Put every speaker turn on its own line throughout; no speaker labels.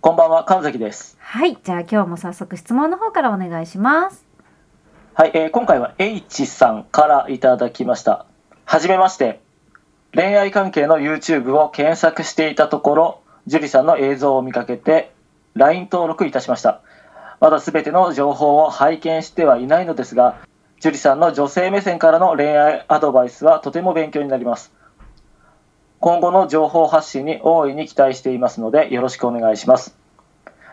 こんばんは、神崎です。
はい、じゃあ今日も早速質問の方からお願いします。
はい、えー今回は H さんからいただきました。はじめまして。恋愛関係の YouTube を検索していたところ、樹里さんの映像を見かけて、LINE 登録いたしました。まだ全ての情報を拝見してはいないのですが、樹里さんの女性目線からの恋愛アドバイスはとても勉強になります。今後の情報発信に大いに期待していますので、よろしくお願いします。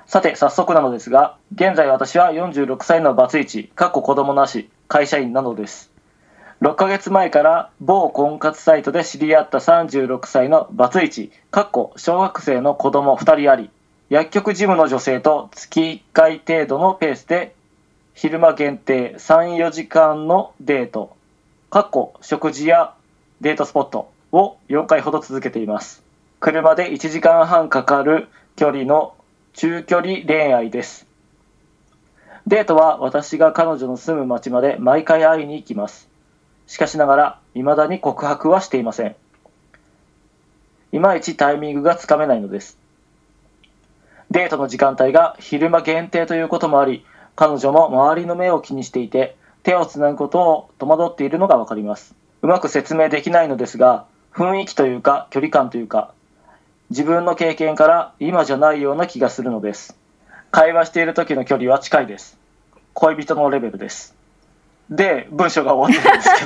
さて早速なのですが現在私は46歳のバツイチかっこ子供なし会社員なのです6ヶ月前から某婚活サイトで知り合った36歳のバツイチかっこ小学生の子供2人あり薬局事務の女性と月1回程度のペースで昼間限定34時間のデートかっこ食事やデートスポットを4回ほど続けています車で1時間半かかる距離の中距離恋愛ですデートは私が彼女の住む町まで毎回会いに行きますしかしながら未だに告白はしていませんいまいちタイミングがつかめないのですデートの時間帯が昼間限定ということもあり彼女も周りの目を気にしていて手をつなぐことを戸惑っているのがわかりますうまく説明できないのですが雰囲気というか距離感というか自分の経験から今じゃないような気がするのです会話している時の距離は近いです恋人のレベルですで文章が終わってるんですけ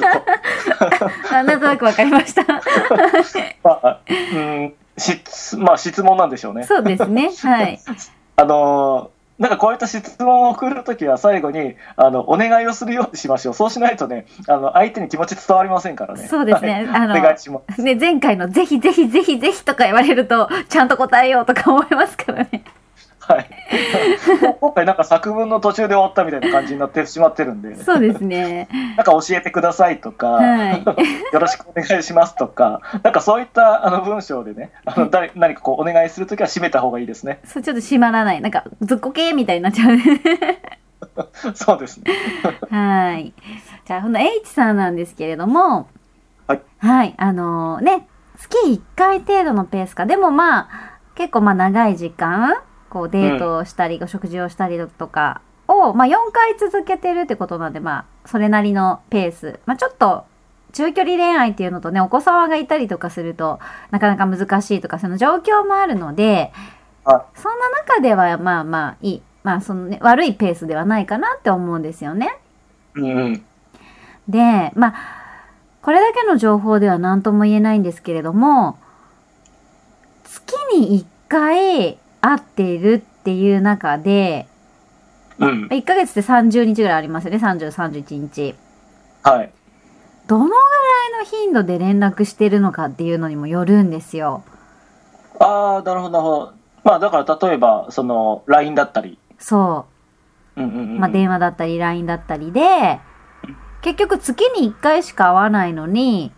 ど、
あなんとなくわかりました。
まあ、うん質まあ質問なんでしょうね
そうですね。はい。
あのーなんかこういった質問を送るときは最後にあのお願いをするようにしましょうそうしないとねあの相手に気持ち伝わりませんからね
そうですね。あ
はいお願い
の、
します
ね、前回のぜひぜひぜひぜひとか言われると、ちゃんと答えようとか思いますからね。
はい 今回なんか作文の途中で終わったみたいな感じになってしまってるんでなんか
そうですね。
教えてくださいとか、
はい。
よろしくお願いしますとか、なんかそういったあの文章でね、あの誰何かこうお願いするときは締めた方がいいですね。
そうちょっと締まらないなんかずっこけみたいになっちゃうね
そうですね。
はいじゃあこの H さんなんですけれども
はい、
はいあのね月1回程度のペースかでもまあ結構まあ長い時間こうデートをしたり、お食事をしたりとかを、まあ、4回続けてるってことなんでまあそれなりのペース、まあ、ちょっと中距離恋愛っていうのとねお子様がいたりとかするとなかなか難しいとかその状況もあるので、
は
そんな中ではまあまあいい、まあそのね、悪いペースではないかなって思うんですよね。
うんうん。
でまあこれだけの情報では何とも言えないんですけれども月に1回会っているっていう中で
うん。
1ヶ月で30日ぐらいありますよね3031日。
はい。
どのぐらいの頻度で連絡してるのかっていうのにもよるんですよ。
ああ、なるほど、なるほど。まあだから例えば、その、LINE だったり。
そう
うんうんうん。
まあ、電話だったり LINE だったりで結局月に1回しか会わないのに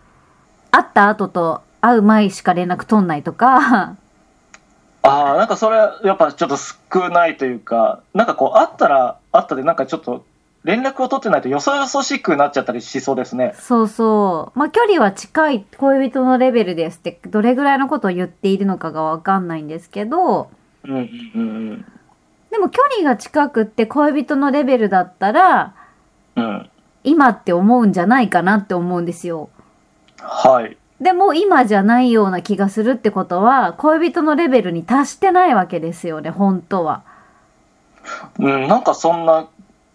会った後と会う前しか連絡取んないとか
ああ、なんかそれ、やっぱちょっと少ないというか、なんかこう、あったら、あったで、なんかちょっと、連絡を取ってないとよそよそしくなっちゃったりしそうですね。
そうそう。まあ、距離は近い恋人のレベルですって、どれぐらいのことを言っているのかがわかんないんですけど、
うんうんうん
でも距離が近くって恋人のレベルだったら、
うん。うん。
今って思うんじゃないかなって思うんですよ。
はい。
でも今じゃないような気がするってことは、恋人のレベルに達してないわけですよね、本当は。
うん、なんかそんな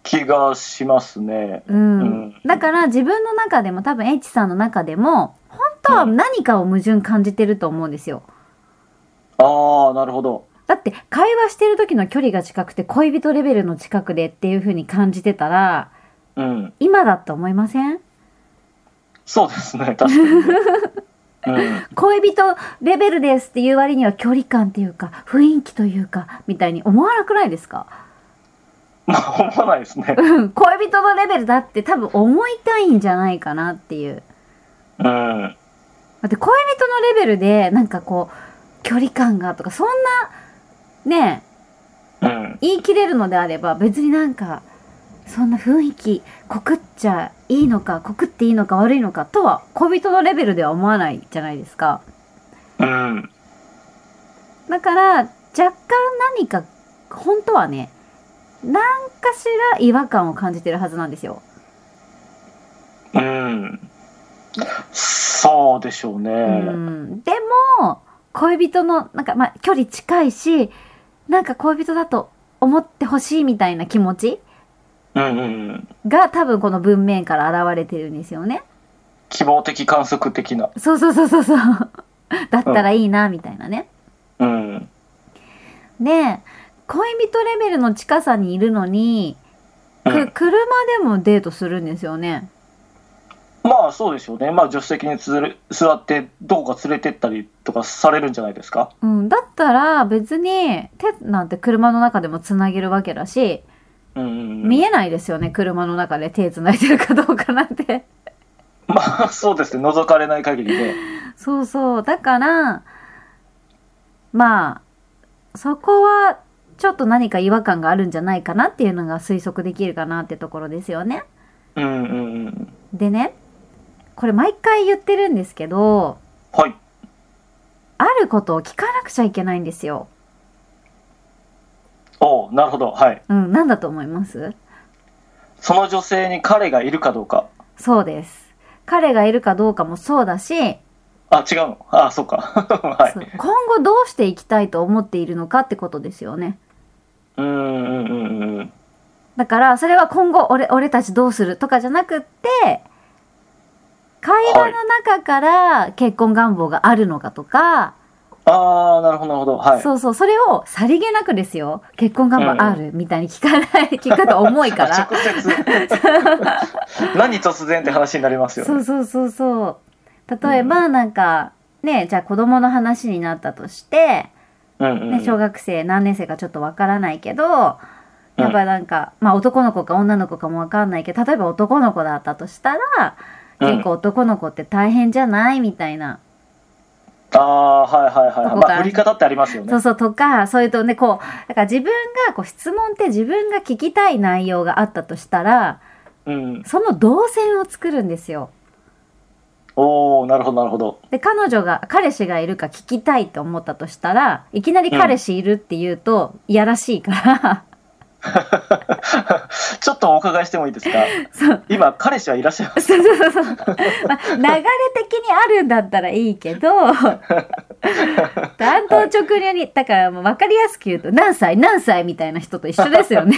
気がしますね。
うん。
うん
だから自分の中でも多分 H さんの中でも、本当は何かを矛盾感じてると思うんですよ。
ああ、なるほど。
だって会話してる時の距離が近くて恋人レベルの近くでっていう風に感じてたら、
うん。
今だと思いません
そうですね、確かに。うん、
恋人レベルですっていう割には距離感っていうか雰囲気というかみたいに思わなくないですか
まあ、思わないですね。
うん恋人のレベルだって多分思いたいんじゃないかなっていう。
うん。
だって恋人のレベルでなんかこう距離感がとかそんなねえ
うん。
言い切れるのであれば別になんかそんな雰囲気告っちゃいいのか告っていいのか悪いのかとは恋人のレベルでは思わないじゃないですか。
うん。
だから若干何か本当はね何かしら違和感を感じてるはずなんですよ。
うん。そうでしょうね。
うん、でも恋人のなんか、まあ、距離近いしなんか恋人だと思ってほしいみたいな気持ち
うんうんうん。
が多分この文面から現れてるんですよね。
希望的観測的な。
そうそうそうそうそう だったらいいなみたいなね。
うん。
で恋人レベルの近さにいるのに
う
く
ん、
車でもデートするんですよね。
まあそうでしょうね、まあ、助手席につれ座って、どこか連れてったりとかされるんじゃないですか。
うん、だったら別に手なんて車の中でもつなげるわけだし
うんうんうん、
見えないですよね車の中で手つないでるかどうかなんて。
まあそうですね、覗かれない限りね。
そうそう。だから、まあ、そこは、ちょっと何か違和感があるんじゃないかなっていうのが推測できるかなってところですよね。
うんうんうん。
でね、これ毎回言ってるんですけど、
はい。
あることを聞かなくちゃいけないんですよ。
おうなるほど。はい。
うん、なんだと思います
その女性に彼がいるかどうか。
そうです。彼がいるかどうかもそうだし、
あ、違うの。あ、そうか。 は
そう
い。
今後どうしていきたいと思っているのかってことですよね。
うんうんうんうんうん。
だから、それは今後俺、俺たちどうするとかじゃなくって、会話の中から結婚願望があるのかとか、
ああ、なるほど、なるほど。はい。
そうそう、それをさりげなくですよ、結婚願望あるみたいに聞か ない、聞くと重いから。
直 接何突然って話になりますよ
そ
ね
うそうそうそう。例えば、なんか、ね、じゃあ子供の話になったとして、
うんうんうん
ね、小学生何年生かちょっとわからないけど、やっぱなんか、まあ男の子か女の子かもわかんないけど、例えば男の子だったとしたら、
うん
結構男の子って大変じゃないみたいな。
ああはいはいはい
そこか
ま
ら
あ振り方ってありますよね
そうそうとか、そういうとね、こう、だから自分が、こう質問って自分が聞きたい内容があったとしたら、
うん
その動線を作るんですよ。
おおなるほどなるほど
で、彼女が、彼氏がいるか聞きたいと思ったとしたら、いきなり彼氏いるって言うと、いやらしいから、
ちょっとお伺いしてもいいですか
そう、
今彼氏はいらっしゃいます
そうそうそうそう、まあ、流れ的にあるんだったらいいけど担当直入にだからもう分かりやすく言うと「何歳何歳」みたいな人と一緒ですよね。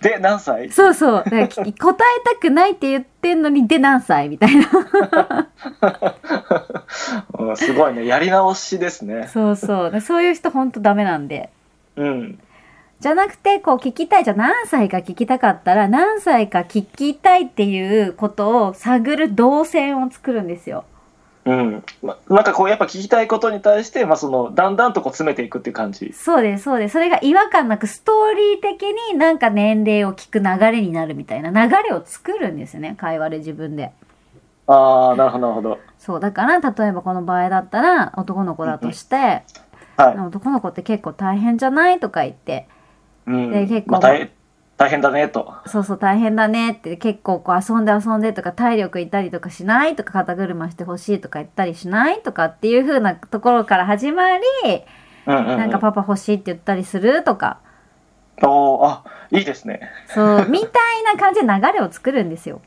で何歳
そうそうだからき答えたくないって言ってんのに「で何歳」みたいな
うんすごいねやり直しですね
そうそうだからそういう人ほんとダメなんで。
うん
じゃなくてこう聞きたいじゃあ何歳か聞きたかったら何歳か聞きたいっていうことを探る動線を作るんですよ。
うんま、なんかこうやっぱ聞きたいことに対して、まあ、そのだんだんとこう詰めていくっていう感じ
そうです、そうです。それが違和感なく、ストーリー的になんか年齢を聞く流れになるみたいな流れを作るんですね、会話で自分で。
ああなるほどなるほど
そう、だから、例えばこの場合だったら、男の子だとして、
はい、
男の子って結構大変じゃないとか言って、
うん
で結構
まあ、大大変だねと。
そうそう大変だねって結構こう遊んで遊んでとか体力いたりとかしないとか肩車してほしいとか言ったりしないとかっていう風なところから始まり、
うんうん、うん。
なんかパパ欲しいって言ったりするとか
おーあ、いいですね。
そうみたいな感じで流れを作るんですよ。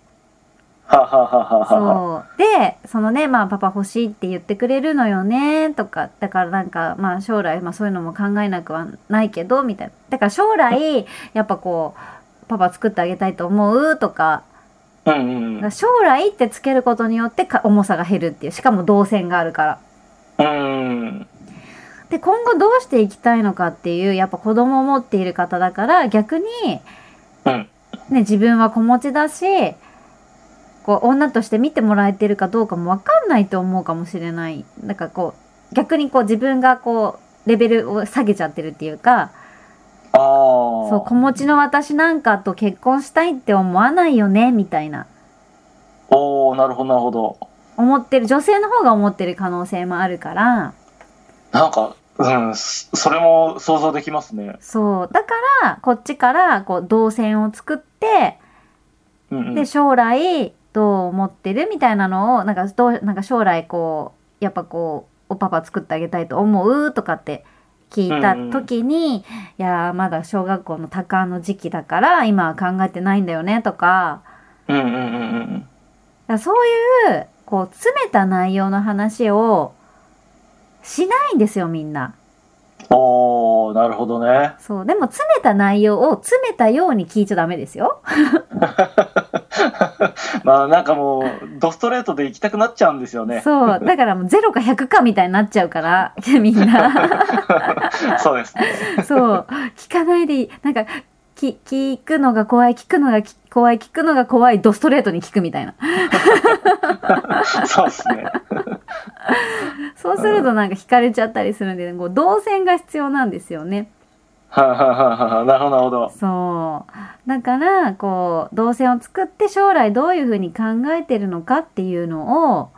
はあ、はあ はあはあはあ。
そうでそのねまあパパ欲しいって言ってくれるのよねとかだからなんかまあ将来、まあ、そういうのも考えなくはないけどみたいなだから将来やっぱこうパパ作ってあげたいと思うとか
うんうんうん。う
将来ってつけることによってか重さが減るっていうしかも動線があるから。
ーん。
で今後どうしていきたいのかっていうやっぱ子供を持っている方だから逆に、
うん
ね、自分は子持ちだしこう女として見てもらえてるかどうかも分かんないと思うかもしれないなんかこう逆にこう自分がこうレベルを下げちゃってるっていうか
ああ。
そう子持ちの私なんかと結婚したいって思わないよねみたいな
おおなるほどなるほど。
思ってる女性の方が思ってる可能性もあるから。
なんか、うん、そそれも想像できますね。
そうだからこっちからこう動線を作って
うんうん。
で将来どう思ってるみたいなのをなんかどうなんか将来こうやっぱこうおパパ作ってあげたいと思うとかって聞いた時に、いやーまだ小学校の多感の時期だから今は考えてないんだよねとか
うんうんうんう
だ
ん
からそういうこう詰めた内容の話をしないんですよみんな。
うん。おおなるほどね。
そうでも詰めた内容を詰めたように聞いちゃダメですよ。
まあなんかもう、ドストレートで行きたくなっちゃうんですよね。
そうだからもう0か100かみたいになっちゃうから みんな。
そうですね。
そう聞かないでいいなんかき聞くのが怖い聞くのがき怖い聞くのが怖いドストレートに聞くみたいな
そうですね。
そうするとなんか惹かれちゃったりするんでこう動線が必要なんですよね
はあ、はあはあはあ、なるほどなるほど。
そうだからこう動線を作って将来どういうふうに考えてるのかっていうのを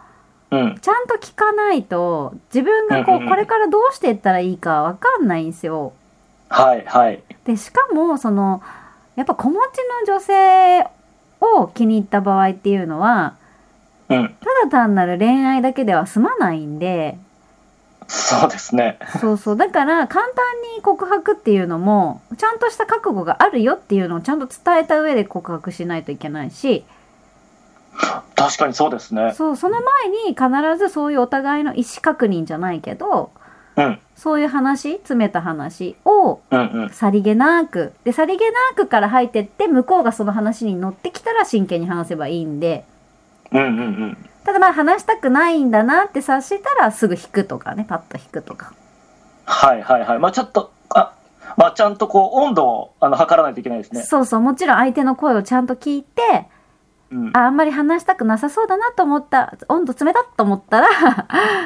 うん。
ちゃんと聞かないと自分がこ
うんうんう
うんこれからどうしていったらいいかわかんないんですよ。
はいはい。
でしかもそのやっぱ子持ちの女性を気に入った場合っていうのは
うん。
ただ単なる恋愛だけでは済まないんで
そうですね。
そうそうだから簡単に告白っていうのもちゃんとした覚悟があるよっていうのをちゃんと伝えた上で告白しないといけないし
確かにそうですね。
そうその前に必ずそういうお互いの意思確認じゃないけど
うん。
そういう話詰めた話を
うんうん。
さりげなくでさりげなくから入ってって向こうがその話に乗ってきたら真剣に話せばいいんで
うんうんうん。
ただまあ話したくないんだなって察したらすぐ引くとかねパッと引くとか
はいはいはい。まあちょっと、あ、まあちゃんとこう温度をあの測らないといけないですね。
そうそうもちろん相手の声をちゃんと聞いて
うん
あ。あんまり話したくなさそうだなと思った温度冷たっと思ったら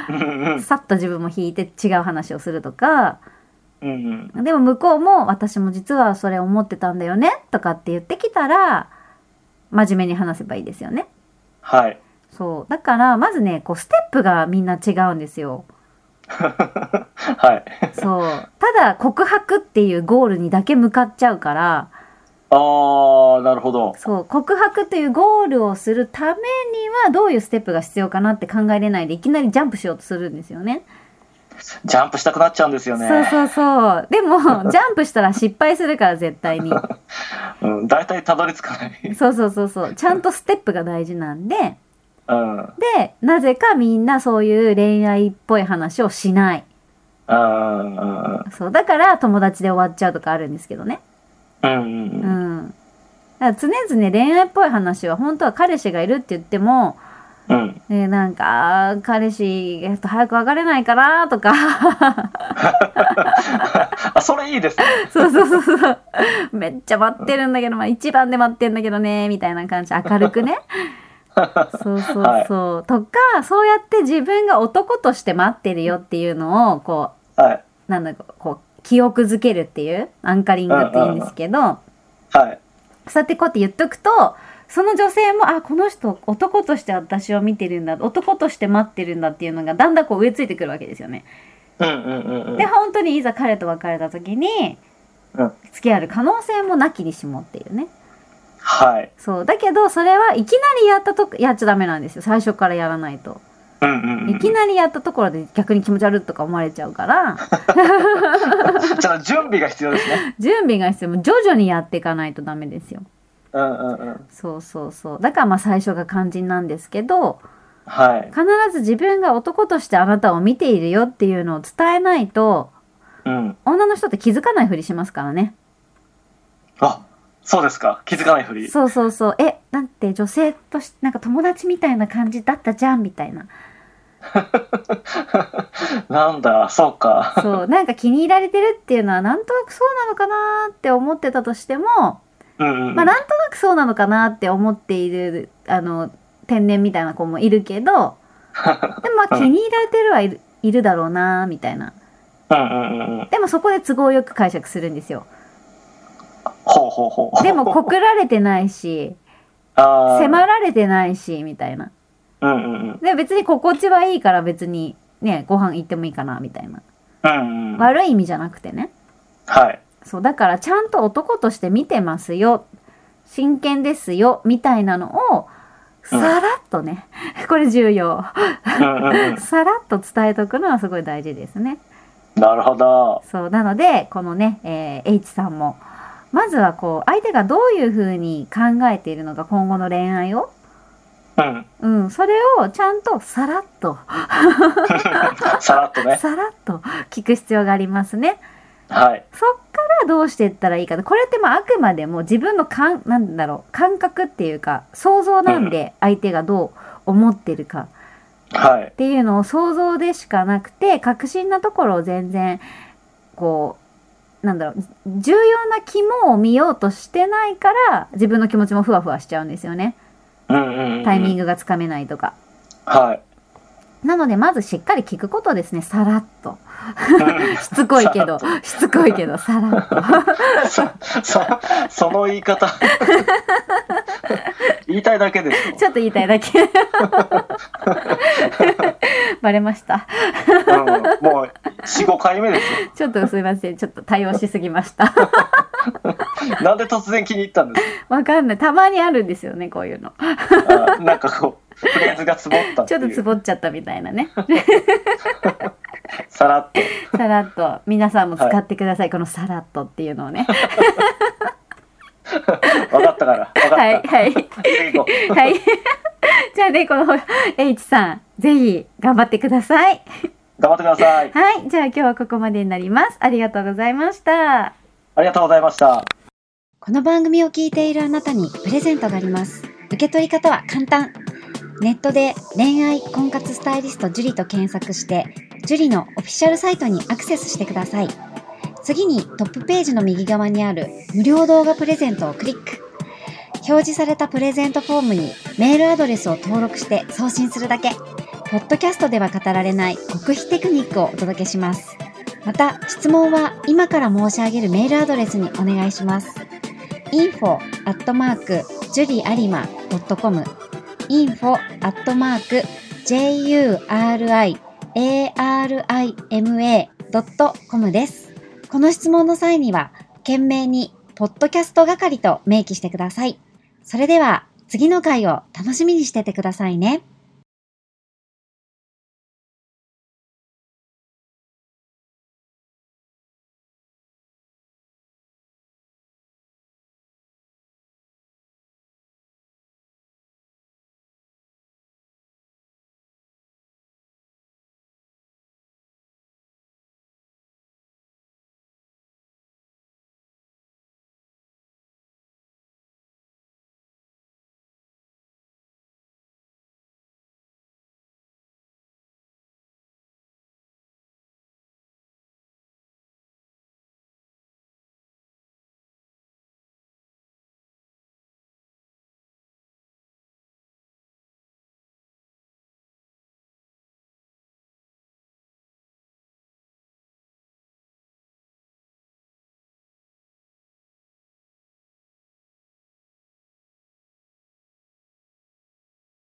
うんうん
さっと自分も引いて違う話をするとか
うんうん。
でも向こうも私も実はそれ思ってたんだよねとかって言ってきたら真面目に話せばいいですよね。
はい。
そう。だから、まずね、こう、ステップがみんな違うんです よ。
はい。
そう。ただ、告白っていうゴールにだけ向かっちゃうから、
ああ、なるほど。
そう、告白というゴールをするためには、どういうステップが必要かなって考えれないで、いきなりジャンプしようとするんですよね。
ジャンプしたくなっちゃうんですよね。
そうそうそう。で も、ジャンプしたら失敗するから、絶対に。
うん、大体たどり着かない。
そうそうそうそう。ちゃんとステップが大事なんで、
うん。うん。
で、なぜかみんなそういう恋愛っぽい話をしない。
うん。
そう。だから、友達で終わっちゃうとかあるんですけどね。
うん。う。
うんん。だから常々恋愛っぽい話は本当は彼氏がいるって言っても、
うん。
えーなんか、あー彼氏と早く別れないかなとか、
あ、それいいですね。
そうそうそうそう、めっちゃ待ってるんだけど、まあ一番で待ってんだけどね、みたいな感じ、明るく ね。そうそうそう。とか、そうやって自分が男として待ってるよっていうのを、こ
はい。
う、なんだろう、こう、記憶づけるっていう、アンカリングって言うんですけど、
はい。
そうやってこうやって言っとくとその女性もあこの人男として私を見てるんだ男として待ってるんだっていうのがだんだんこう植えついてくるわけですよね。
うんうんうんうん
で。本当にいざ彼と別れた時に
うん
付き合える可能性もなきにしもっていうね。
はい。
そう。だけど、それはいきなりやったとこ、やっちゃダメなんですよ。最初からやらないと。
うんうんうん、
いきなりやったところで逆に気持ち悪いとか思われちゃう から、
ちょっと準備が必要ですね。
準備が必要。もう徐々にやっていかないとダメですよ。
うんうんうん。
そうそうそう。だからまあ最初が肝心なんですけど、
はい。
必ず自分が男としてあなたを見ているよっていうのを伝えないと、
うん。
女の人って気づかないふりしますからね。
あ、そうですか。気づかないふり。
そうそうそう。え、だって女性として、なんか友達みたいな感じだったじゃんみたい な。
なんだ、そうか。
そう、なんか気に入られてるっていうのはなんとなくそうなのかなーって思ってたとしても、
うんうん。
まあなんとなくそうなのかなって思っている、あの、天然みたいな子もいるけ ど、でもまあ気に入られてるはいるいるだろうなーみたいな。
うんうんうんうん。
でもそこで都合よく解釈するんですよ。
ほうほうほう。
でも告られてないし、
あー
迫られてないし、みたいな。
うんうんうん。
で別に心地はいいから別にねご飯行ってもいいかなみたいな
うんうん。はい。
悪い意味じゃなくてねそうだからちゃんと男として見てますよ真剣ですよみたいなのを
う
さ
ん
らっとね、 これ重要
うんうんうん。
さらっと伝えとくのはすごい大事ですね
なるほど。
そうなのでこのね、えー H さんもまずはこう相手がどういうふうに考えているのか今後の恋愛を
うん。
う ん、それをちゃんとさらっと、
さらっと ね。
さらっと聞く必要がありますね。
はい。
そっからどうしていったらいいかな。これってまああくまでも自分の感、なんだろう、感覚っていうか、想像なんで相手がどう思ってるか
はい
っ。ていうのを想像でしかなくて、確信なところを全然、こう、なんだろう、重要な肝を見ようとしてないから、自分の気持ちもふわふわしちゃうんですよね。
うんうんうん。
タイミン
グ。
グがつかめないとか。
はい。
なので、まずしっかり聞くことですね、さらっと。
うん
しつこい けど、しつこいけど、さらっと。
そそその言い方 言いたいだけですよ
ちょっと言いたいだけ。 バレました。
うん、もう45回目です
ちょっとすいません。ちょっと対応しすぎました。
よなんで突然気に入ったんです
わかんない。たまにあるんですよね、こういうの。
かあなんかこうフレーズがつぼったって
ちょ
い
っと
う
つぼっちゃったみたいなね。
さらっと
さらっと。皆さんも使ってください。このさらっとっていうのをね。
分かったから分かった、
はい、はい。
次行こう
はい。 じゃあね、この H さん、ぜひ頑張ってください。
頑張ってください
はい。じゃあ今日はここまでになります。ありがとうございました。
ありがとうございました
この番組を聞いているあなたにプレゼントがあります。受け取り方は簡単。ネットで恋愛婚活スタイリスト樹と検索して、樹のオフィシャルサイトにアクセスしてください。次にトップページの右側にある無料動画プレゼントをクリック。表示されたプレゼントフォームにメールアドレスを登録して送信するだけ。ポッドキャストでは語られない極秘テクニックをお届けします。また、質問は今から申し上げるメールアドレスにお願いします。info アットマーク juriarima.com info アットマーク juriarima.com です。この質問の際には、件名に、ポッドキャスト係と明記してください。それでは、次の回を楽しみにしててくださいね。